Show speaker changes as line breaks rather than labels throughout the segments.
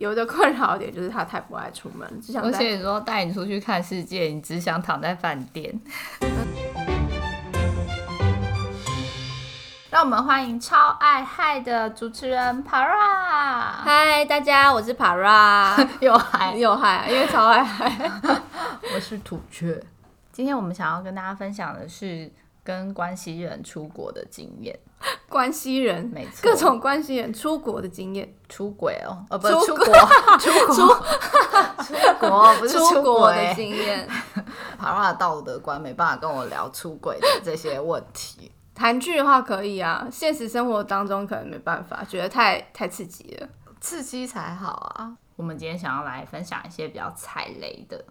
有一个困扰点就是他太不爱出门，只想
而
在
且你说带你出去看世界，你只想躺在饭 店。
让我们欢迎超爱嗨的主持人 Para。
嗨，大家，我是 Para，
又还
又嗨，因为超爱嗨。
我是土雀。今天我们想要跟大家分享的是跟关系人出国的经验，
关系人，
没错，
各种关系人出国的经验，
出轨哦，呃，不
出
是
轨
出国， 出国，出国，不是
出
国
国
欸
的经验，
帕拉的道德观没办法跟我聊出轨的这些问题。
韩剧的话可以啊，现实生活当中可能没办法，觉得太太刺激了。
刺激才好啊！我们今天想要来分享一些比较踩雷的，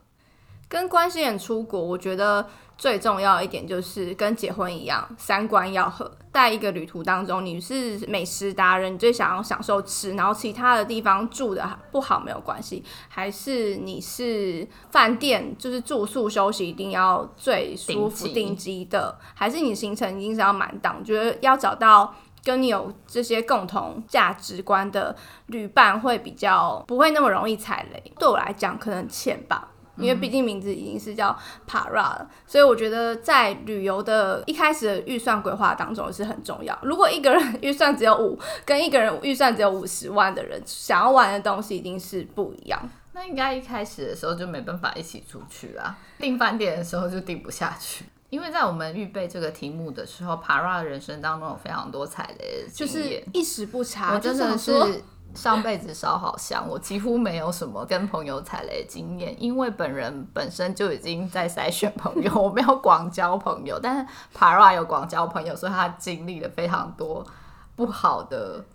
跟关系人出国，我觉得最重要一点就是跟结婚一样，三观要合。在一个旅途当中，你是美食达人，你最想要享受吃，然后其他的地方住的不好没有关系，还是你是饭店，就是住宿休息一定要最舒服
顶级
顶级的，还是你行程一定是要满档，觉得要找到。跟你有这些共同价值观的旅伴会比较不会那么容易踩雷。对我来讲，可能浅吧，因
嗯
为毕竟名字已经是叫 Para 了，所以我觉得在旅游的一开始的预算规划当中也是很重要。如果一个人 预算只有五，跟一个人预算只有五十万的人，想要玩的东西一定是不一样。
那应该一开始的时候就没办法一起出去啊，订饭店的时候就订不下去。因为在我们预备这个题目的时候，帕拉的人生当中有非常多踩雷的
就
经
是
验，
一时不察，
我啊真的
就想说
是上辈子烧好香，我几乎没有什么跟朋友踩雷的经验，因为本人本身就已经在筛选朋友， 我没有广交朋友，但是 Para 有广交朋友，所以他经历了非常多不好的。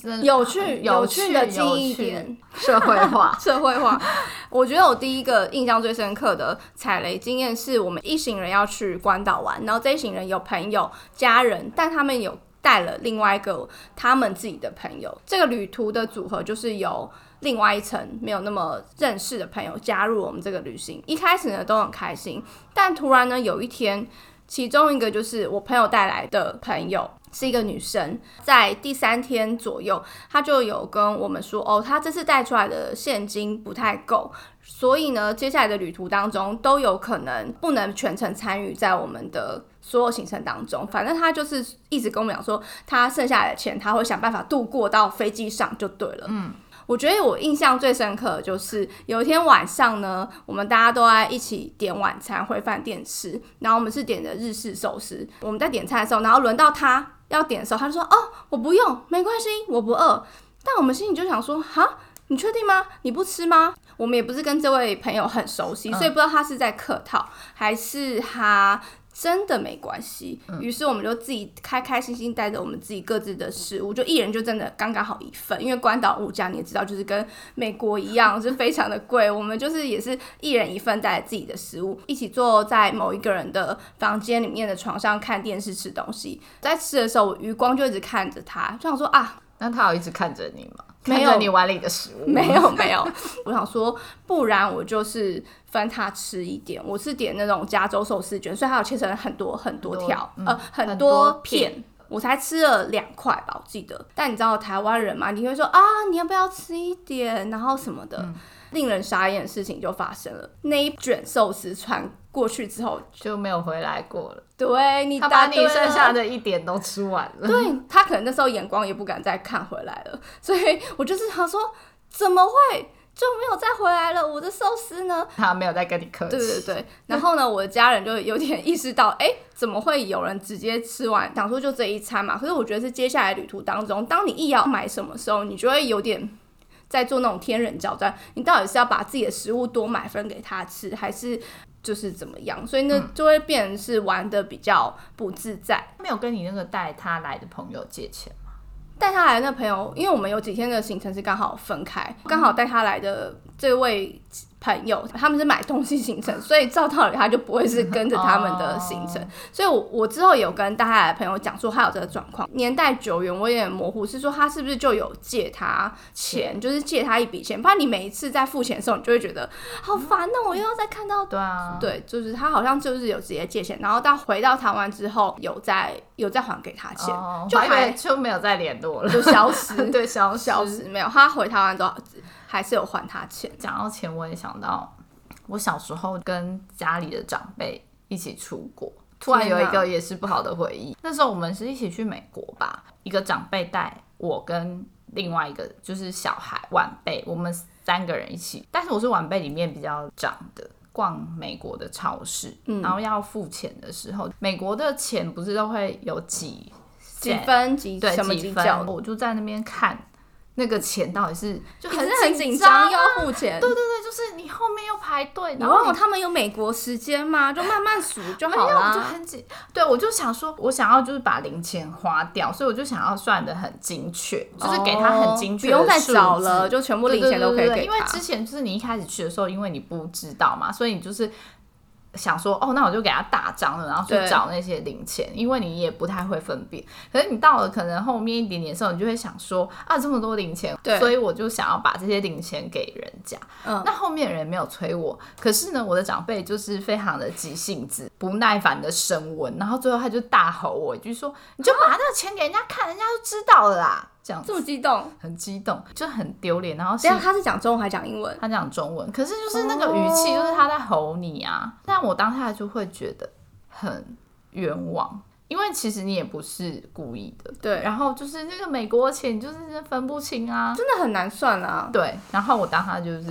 真的
有趣有
有
趣的记忆
有趣
点，，
社会化
社会化。我觉得我第一个印象最深刻的踩雷经验是我们一行人要去关岛玩，然后这一行人有朋友、家人，但他们有带了另外一个他们自己的朋友。这个旅途的组合就是由另外一层没有那么认识的朋友加入我们这个旅行。一开始呢都很开心，但突然呢有一天，其中一个就是我朋友带来的朋友。是一个女生，在第三天左右，她就有跟我们说，哦，她这次带出来的现金不太够，所以呢，接下来的旅途当中都有可能不能全程参与在我们的所有行程当中。反正他就是一直跟我们讲说，他剩下来的钱他会想办法度过到飞机上就对了。嗯。我觉得我印象最深刻的就是有一天晚上呢，我们大家都在一起点晚餐回饭店吃，然后我们是点的日式寿司。我们在点菜的时候，然后轮到他要点的时候，他就说：“哦，我不用，没关系，我不饿。”但我们心里就想说：“哈，你确定吗？你不吃吗？”我们也不是跟这位朋友很熟悉，
嗯
所以不知道他是在客套，还是他真的没关系。于是我们就自己开开心心带着我们自己各自的食物，就一人就真的刚刚好一份，因为关岛物价你也知道，就是跟美国一样是非常的贵。我们就是也是一人一份带着自己的食物，一起坐在某一个人的房间里面的床上看电视吃东西。在吃的时候，我余光就一直看着他，就想说啊，
那他有一直看着你 吗？
没有
看着你碗里的食物吗？
没 有没有，我想说，不然我就是分他吃一点。我是点那种加州寿司卷，所以它有切成很多很多
很多
条，
嗯
呃，很
很
多
多
片。我才吃了两块吧，我记得。但你知道台湾人嘛，你会说啊，你要不要吃一点，然后什么的。
嗯
令人傻眼的事情就发生了，那一卷寿司传过去之后，
就没有回来过了。
对你
他把
答
你
对
剩
了
下的一点都吃完了。
对他可能那时候眼光也不敢再看回来了， 所以我就是想说，怎么会就没有再回来了？我的寿司 呢？
他没有在跟你客气。
对对对，然后呢，我的家人就有点意识到，哎，怎么会有人直接吃完？想说就这一餐嘛。可是我觉得是接下来旅途当中，当你一要买什么时候，你就会有点在做那种天人交战，你到底是要把自己的食物多买分给他吃，还是就是怎么样？所以呢，就会变成是玩的比较不自在。
没有跟你那个带他来的朋友借钱吗？
带他来的那朋友，因为我们有几天的行程是刚好分开，刚好带他来的这位朋友，他们是买东西行程，所以照道理他就不会是跟着他们的行
哦
程。所以我，我之后有跟带他来的朋友讲说，他有这个状况，年代久远，我有点模糊，是说他是不是就有借他钱，就是借他一笔钱，不然你每一次在付钱的时候，你就会觉得好烦哦，我又要再看到
对啊，
对，就是他好像就是有直接借钱，然后到回到台湾之后，有再有再还给他钱，
哦，
就
我以为
还嗯
就没有再联络了。
就消失。
对，消消
小时没有，他回台湾之后还是有还他钱。
讲到钱，我也想到我小时候跟家里的长辈一起出国，突然有一个也是不好的回忆。那时候我们是一起去美国吧，一个长辈带我跟另外一个就是小孩晚辈，我们三个人一起，但是我是晚辈里面比较长的。逛美国的超市，
嗯
然后要付钱的时候，美国的钱不是都会有几
几
cent
分几
对
什么
几
角
分，，我就在那边看那个钱到底是就
可
很
是很紧
紧
张，
啊
又要付钱。
对对对，就是你后面又排队，
你
然后
忘了
你
他们有美国时间吗？就慢慢数就
没有，
好
我就
啦。
很紧。对，我就想说，我想要就是把零钱花掉，所以我就想要算的很精确，就是给他很精确
哦不
的
用
数字、
再找了，就全部
对
零
对
钱都可
对
以
对对
给
因为
他
之。前就是你一开始去的时候，因为你不知道嘛，所以你就是。想说哦，那我就给他大张了，然后去
对
找那些零钱，因为你也不太会分辨。可是你到了可能后面一点点的时候，你就会想说啊，这么多零钱，
对
所以我就想要把这些零钱给人家。
嗯
那后面的人没有催我，可是呢，我的长辈就是非常的急性子，不耐烦的升温，然后最后他就大吼我一句说：“你就把那个钱给人家看，人家就知道了啦。”这样子
这么激动，
很激动，就很丢脸，然后
这
心
样他是讲中文还是讲英文？
他讲中文，可是就是那个语气，
哦
就是他在吼你啊。但我当下就会觉得很冤枉，因为其实你也不是故意的。
对，
然后就是那个美国的钱，你就是分不清啊。
真的很难算啊。
对，然后我当下就是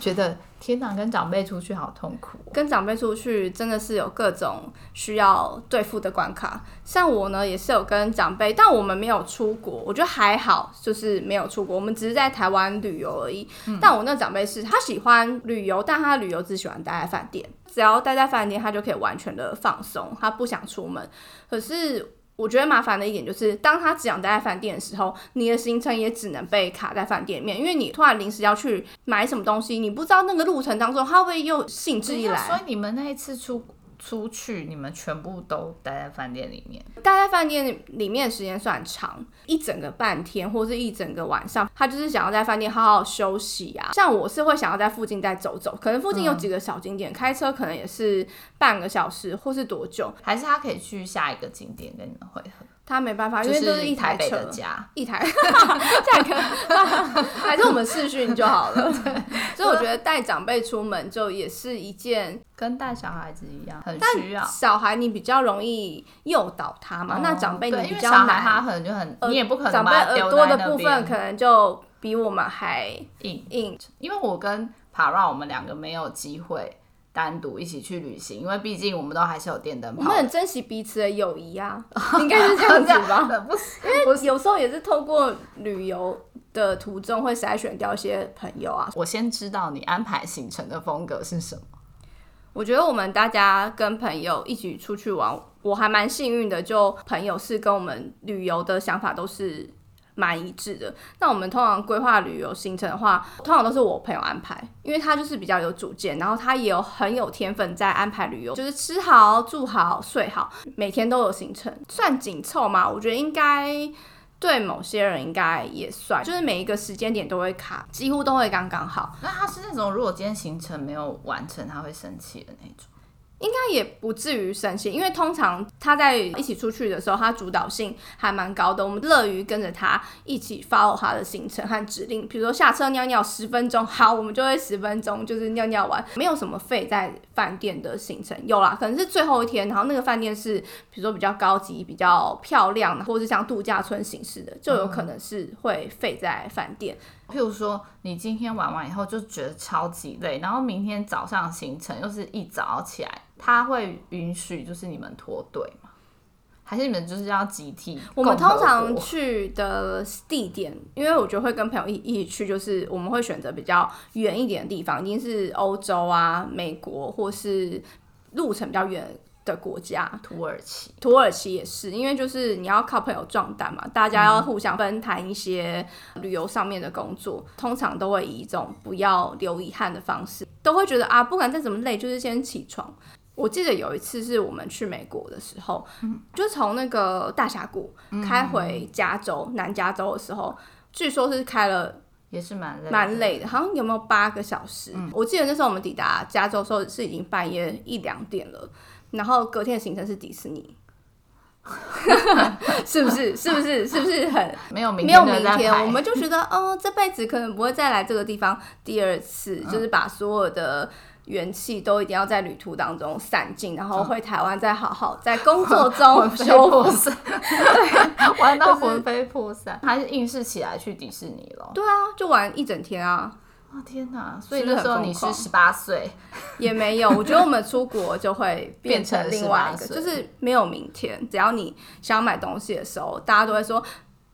觉得，天哪，跟长辈出去好痛苦哦、
跟长辈出去真的是有各种需要对付的关卡，像我呢也是有跟长辈，但我们没有出国，我觉得还好，就是没有出国，我们只是在台湾旅游而已。但我那个长辈是他喜欢旅游，但他旅游只喜欢待在饭店，只要待在饭店，他就可以完全的放松，他不想出门。可是我觉得麻烦的一点就是，当他只想待在饭店的时候，你的行程也只能被卡在饭店里面，因为你突然临时要去买什么东西，你不知道那个路程当中他会不会又兴致
对
一
呀所
来
以，你们那一次出出去，你们全部都待在饭店里面，
待在饭店里面的时间算长，一整个半天或是一整个晚上，他就是想要在饭店好好休息啊。像我是会想要在附近再走走，可能附近有几个小景点，开车可能也是半个小时或是多久，
还是他可以去下一个景点跟你们会合，
他没办法，啊因
就
为都是一
台
台
北
车。
的家。
一台， 价格还是我们视讯就好 了。所以我觉得带长辈出门就也是一件，
跟带小孩子一样，很需要
但。小孩你比较容易诱导他嘛，那
哦
长辈
对
你
因
比
为
较
小孩他
难。
可能就很，
呃
你也不可
长
能
辈
把它
耳
丢
朵
在
的
那
部分
边
可能就比我们还
硬。
硬，
因为我跟 Para 我们两个没有机会单独一起去旅行，因为毕竟我们都还是有电灯
我
泡
们。很珍惜彼此的友谊 啊，应该是这样子吧？
不是，
因为有时候也是透过旅游的途中会筛选掉一些朋友啊，
我先知道你安排行程的风格是什么。
我觉得我们大家跟朋友一起出去玩，我还蛮幸运的，就朋友是跟我们旅游的想法都是蛮一致的。那我们通常规划旅游行程的话，通常都是我朋友安排，因为他就是比较有主见，然后他也有很有天分在安排旅游，就是吃好、住好、睡好，每天都有行程，算紧凑嘛？我觉得应该。对某些人应该也算，就是每一个时间点都会卡，几乎都会刚刚好。
那他是那种如果今天行程没有完成，他会生气的那种。
应该也不至于生气，因为通常他在一起出去的时候，他主导性还蛮高的，我们乐于跟着他一起 follow 他的行程和指令。比如说下车尿尿十分钟，好，我们就会十分钟就是尿尿完，没有什么费在饭店的行程。有啦，可能是最后一天，然后那个饭店是比如说比较高级、比较漂亮，或是像度假村形式的，就有可能是会费在饭店。
譬如说，你今天玩完以后就觉得超级累，然后明天早上行程又是一早起来，他会允许就是你们脱队吗？还是你们就是要集体
我
共和
们
国？
通常去的地点，因为我觉得会跟朋友一一起去，就是我们会选择比较远一点的地方，一定是欧洲啊、美国或是路程比较远的国家。
土耳其，
土耳其也是，因为就是你要靠朋友壮胆嘛，大家要互相分摊一些旅游上面的工作，通常都会以一种不要留遗憾的方式，都会觉得啊，不管再怎么累，就是先起床。我记得有一次是我们去美国的时候，就从那个大峡谷开回加州、南加州的时候，据说是开了
也是蛮累的，
蛮累的，好像有没有八个小时？
嗯
我记得那时候我们抵达加州的时候是已经半夜一两点了，然后隔天的行程是迪士尼， 是不是？是不是？是不是很
没有明
没有
的
明
再
天？
排
我们就觉得，哦，这辈子可能不会再来这个地方第二次，
嗯
就是把所有的。元气都一定要在旅途当中散尽，然后回台湾再好好在工作 中
魂嗯飞
修复
魄散，对，玩到魂飞魄散，还是硬是起来去迪士尼了。
对啊，就玩一整天啊，
哦天哪！所以
是不是
那时候
很
你
疯
是
狂
十八岁，
也没有。我觉得我们出国就会
变
变
成
成另外一个，
18岁
就是没有明天。只要你想买东西的时候，大家都会说：“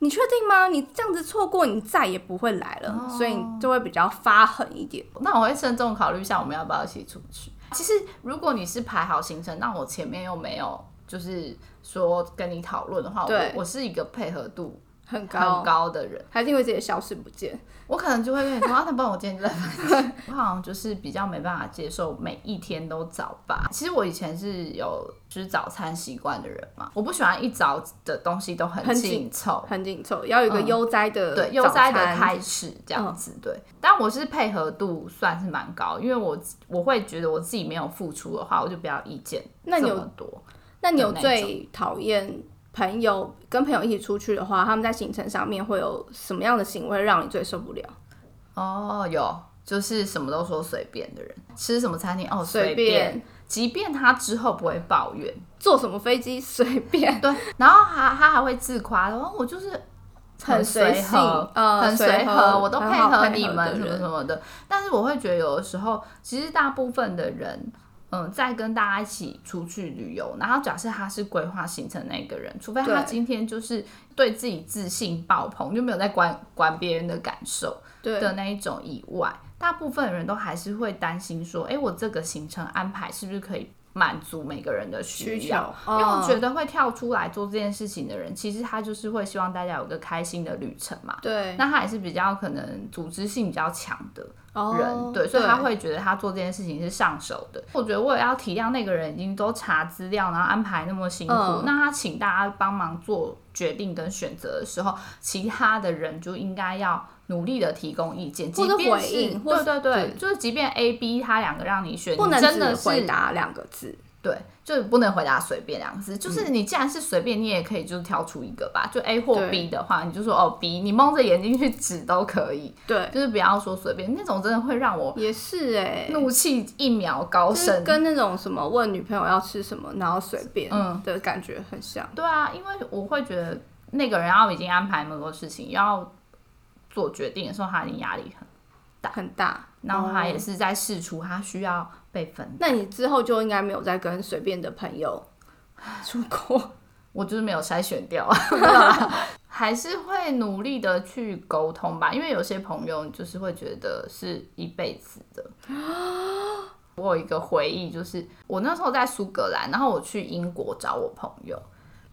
你确定吗？你这样子错过，你再也不会来了。
哦
所以你就会比较发狠一点。
那我会慎重考虑一下我们要不要一起出去。其实如果你是排好行程，那我前面又没有就是说跟你讨论的话，我
对
我是一个配合度
很
很
高，
高的人。
还是因为自己消失不见，
我可能就会跟你说，啊，那不然我今天就在房间。 我好像就是比较没办法接受每一天都早八。其实我以前是有吃早餐习惯的人嘛，我不喜欢一早的东西都很
很紧
紧凑，
很紧凑，要有一个
嗯
悠哉的、嗯
对，悠哉的。开始这样子，对。但我是配合度算是蛮高，因为我我会觉得我自己没有付出的话，我就不要意见
那你
这
有
么多。
那你有
的那
最讨厌朋友跟朋友一起出去的话，他们在行程上面会有什么样的行为让你最受不了？
哦，有，就是什么都说随便的人，吃什么餐厅哦随
随
便，即便他之后不会抱怨，
坐什么飞机随便，
对，然后还他还会自夸，然后我就是
很
随
随性
和，
呃
很随
随和
我都
很
配
好
合
配
你
合
们
的
什么
人
什么的。但是我会觉得有的时候，其实大部分的人。嗯，在跟大家一起出去旅游，然后假设他是规划行程的那个人，除非他
对
今天就是对自己自信爆棚，就没有在管管别人的感受，
对，
的那一种以外，大部分人都还是会担心说，哎、我这个行程安排是不是可以满足每个人的
需求
需要？，因为我
嗯
觉得会跳出来做这件事情的人，其实他就是会希望大家有个开心的旅程嘛。
哦对，
那他也是比较可能组织性比较强的
哦
人，对，所以他会觉得他做这件事情是上手的。我觉得我也要体谅那个人已经都查资料，然后安排那么辛苦，
嗯
那他请大家帮忙做决定跟选择的时候，其他的人就应该要努力的提供意见，即
或者
便
回
是
应或
对
是
对对，
对
就是即便 A、B 他两个让你选，
不能
你真
只
的
回
是
答两个字，
对，就是不能回答随便两个
嗯
字。就是你既然是随便，你也可以就是挑出一个吧。就 A 或
对
B 的话，你就说哦 B，你蒙着眼睛去指都可以，
对，
就是不要说随便那种，真的会让我
也是哎、
怒气一秒高
就是
升。
跟那种什么问女朋友要吃什么，然后随便
嗯
的感觉很像，
对啊，因为我会觉得那个人要已经安排那么多事情，要做决定的时候，他已经压力很，
很大。
然后他也
哦，
是在试出他需要被分
那你之后就应该没有再跟随便的朋友出国，
我就是没有筛选掉啊， 没有啦还是会努力的去沟通吧，因为有些朋友就是会觉得是一辈子的。我有一个回忆，就是我那时候在苏格兰，然后我去英国找我朋友，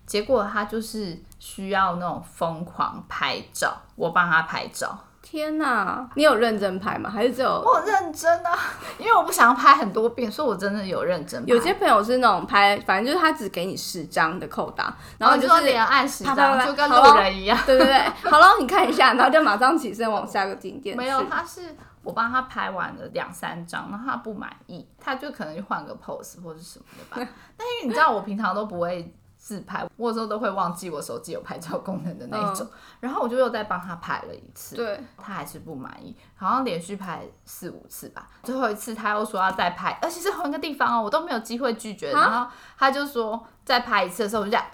结果他就是需要那种疯狂拍照，我帮他拍照，
天哪、你有认真拍吗？还是只有？
我很认真啊，因为我不想要拍很多遍，所以我真的有认真拍。
有些朋友是那种拍，反正就是他只给你十张的扣打，然后
哦
你
你
就
说
是
连按十
啪啪
张，
啪
就跟
好咯
路人一样。
对对对，好了，你看一下，然后就马上起身往下个景点去。
没有，他是我帮他拍完了两三张，然后他不满意，他就可能就换个 pose 或者什么 的吧。但因为你知道，我平常都不会自拍，我有时候都会忘记我手机有拍照功能的那一种。然后我就又再帮他拍了一次，
嗯对，
他还是不满意，好像连续拍四五次吧。最后一次他又说要再拍，而且是同一个地方哦，我都没有机会拒绝。然后他就说再拍一次的时候，我就这样，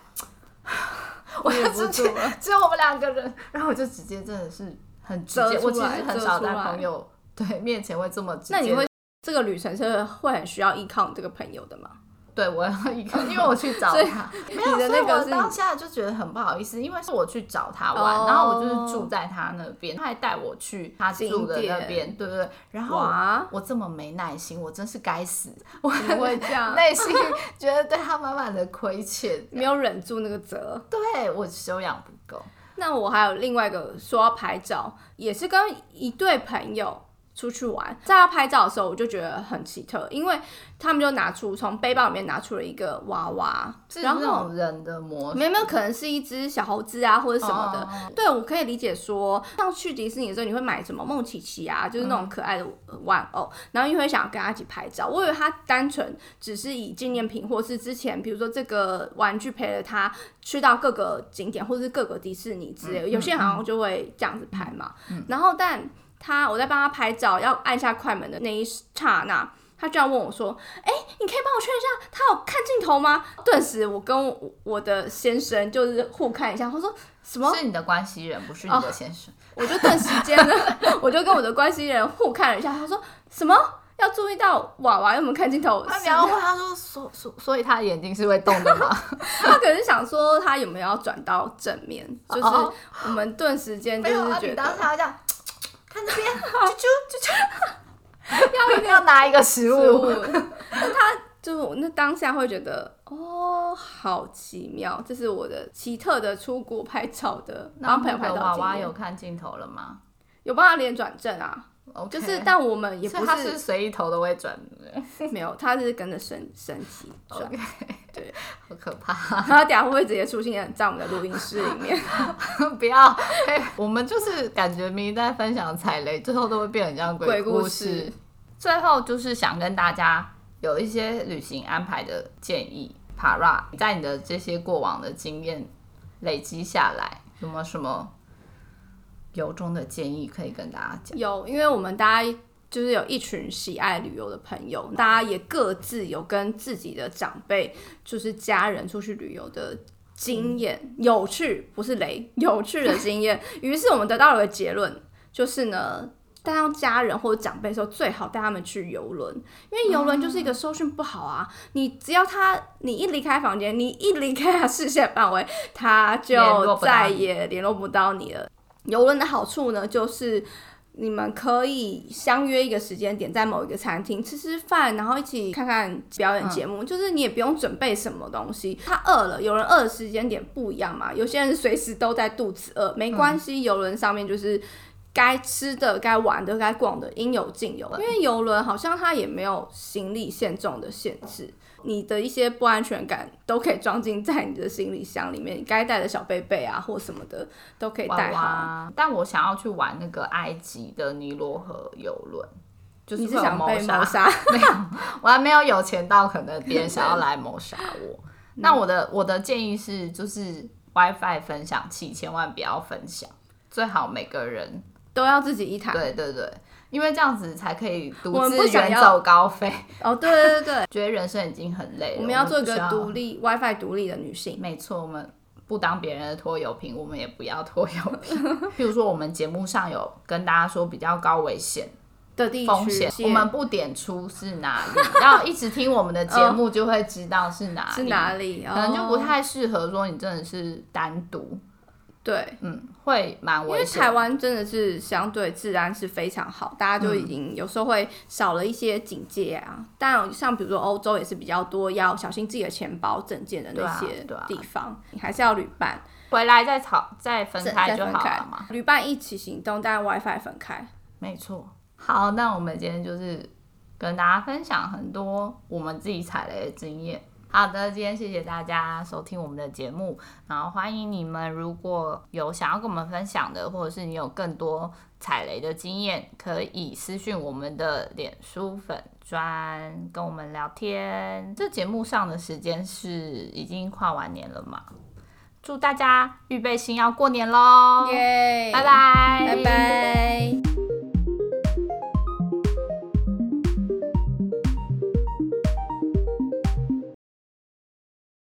我就
忍不
直
住
接
了。
只有我们两个人，然后我就直接真的是很直接，
遮出来
我其实很
遮
少在
出来
朋友对面前会这么直接。
那你会这个旅程是会很需要依靠你这个朋友的吗？
对我要一个，因为我去找
所以
他，没有，
你的
所以
那个
我
是
当下就觉得很不好意思，因为是我去找他玩，
哦
然后我就是住在他那边，他还带我去他住的那
景
边，对不对？然后
哦哇，
我这么没耐心，我真是该死，我
怎么会这样？
内心觉得对他满满的 亏欠，
没有忍住那个责。
对我修养不够。
那我还有另外一个说要拍照，也是跟一对朋友出去玩。在要拍照的时候，我就觉得很奇特，因为他们就拿出从背包里面拿出了一个娃娃，
是
然
那
后
种人的模式
没有没有可能是一只小猴子啊或者什么的。
哦
对，我可以理解说，像去迪士尼的时候，你会买什么梦琪琪啊，就是那种可爱的呃玩偶，然后又会想要跟他一起拍照。我以为他单纯只是以纪念品，或是之前比如说这个玩具陪了他去到各个景点，或是各个迪士尼之类的。有些人好像就会这样子拍嘛。然后，但他我在帮他拍照，要按下快门的那一刹那。他居然问我说：“哎、你可以帮我确认一下，他有看镜头吗？”顿时，我跟我我的先生就是互看一下，他说：“什么？哦
是你的关系人，不是你的先生。
我就顿时间呢， 我就跟我的关系人互看了一下，他说什么要注意到娃娃有没有看镜头？
他
是
不要问他说，所所所以他的眼睛是会动的吗？
他可能是想说他有没有要转到正面，就是
哦
我们顿时间就
没有
是
啊，
觉得
你当时还要这样，看这 边，
要一
要拿一个食
失
物
误，， 那他就我那当下会觉得哦，好奇妙，这是我的奇特的出国拍照的，
那
帮朋友
那
拍
个
照的
娃
经
娃
验
有看镜头了吗？
有帮他连转正啊，
o
就是但我们也
所
不
以他是随意头都会转，
没有，他是跟着升升旗 转。
好可怕！
然后等下会不会直接出现在我们的录音室里面？
不要，嘿我们就是感觉明明在分享踩雷，最后都会变成像
鬼
故
故事
最后就是想跟大家有一些旅行安排的建议。Para，你在你的这些过往的经验累积下来，有没有什么由衷的建议可以跟大家讲？
有，因为我们大家就是有一群喜爱旅游的朋友，大家也各自有跟自己的长辈，就是家人出去旅游的。经验有趣不是雷，有趣的经验。于是我们得到了个结论，就是呢，带到家人或者长辈的时候，最好带他们去游轮，因为游轮就是一
哦
个收讯不好啊。你只要他，你一离开房间，你一离开他视线范围，他就
联络不到
再
你
也联络不到你了。游轮的好处呢，就是你们可以相约一个时间点，在某一个餐厅吃吃饭，然后一起看看表
嗯
演节目。就是你也不用准备什么东西，他饿了，有人饿的时间点不一样嘛。有些人随时都在肚子饿，没
嗯
关系。游轮上面就是。该吃的、该玩的、该逛的，应有尽有。因为游轮好像它也没有行李限重的限制，你的一些不安全感都可以装进在你的行李箱里面，你该带的小贝贝啊或什么的都可以带好。啊
娃娃，但我想要去玩那个埃及的尼罗河游轮，就是
你是
会有
想
谋
被
杀
谋 杀？
没有，我还没有有钱到可能别人想要来谋杀我。
嗯
那我的我的建议是，就是 WiFi 分享器千万不要分享，最好每个人。
都要自己一台。
对对对，因为这样子才可以独
我们不
自
想
远
要
走高飞。
哦，对对对
觉得人生已经很累
对，我
了，
们要做一
不需
个
要
独立 WiFi 独立的女性。
没错，我们不当别人的拖油瓶，我们也不要拖油 瓶。譬如说，我们节目上有跟大家说比较高危险
的地
风
区
险，我们不点出是哪里，然后一直听我们的节
嗯
目就会知道是哪里。
是哪里？
可能就不
哦
太适合说你真的是单独，
对。
嗯，会蛮
因
危
为
险。
台湾真的是相对治安是非常好，大家就已
嗯
经有时候会少了一些警戒啊。但像比如说欧洲也是比较多要小心自己的钱包、证件的那
对啊
些
对啊
地方，你还是要旅伴，
回来再吵再分
再
开
再
就
分
好
开
了嘛。。
旅伴一起行动，但 WiFi 分开。
没错。好，那我们今天就是跟大家分享很多我们自己踩雷的经验。好的，今天谢谢大家收听我们的节目，然后欢迎你们如果有想要跟我们分享的，或者是你有更多踩雷的经验，可以私讯我们的脸书粉专跟我们聊天。这节目上的时间是已经跨完年了嘛？祝大家预备心要过年喽！
耶，
拜拜，
拜拜。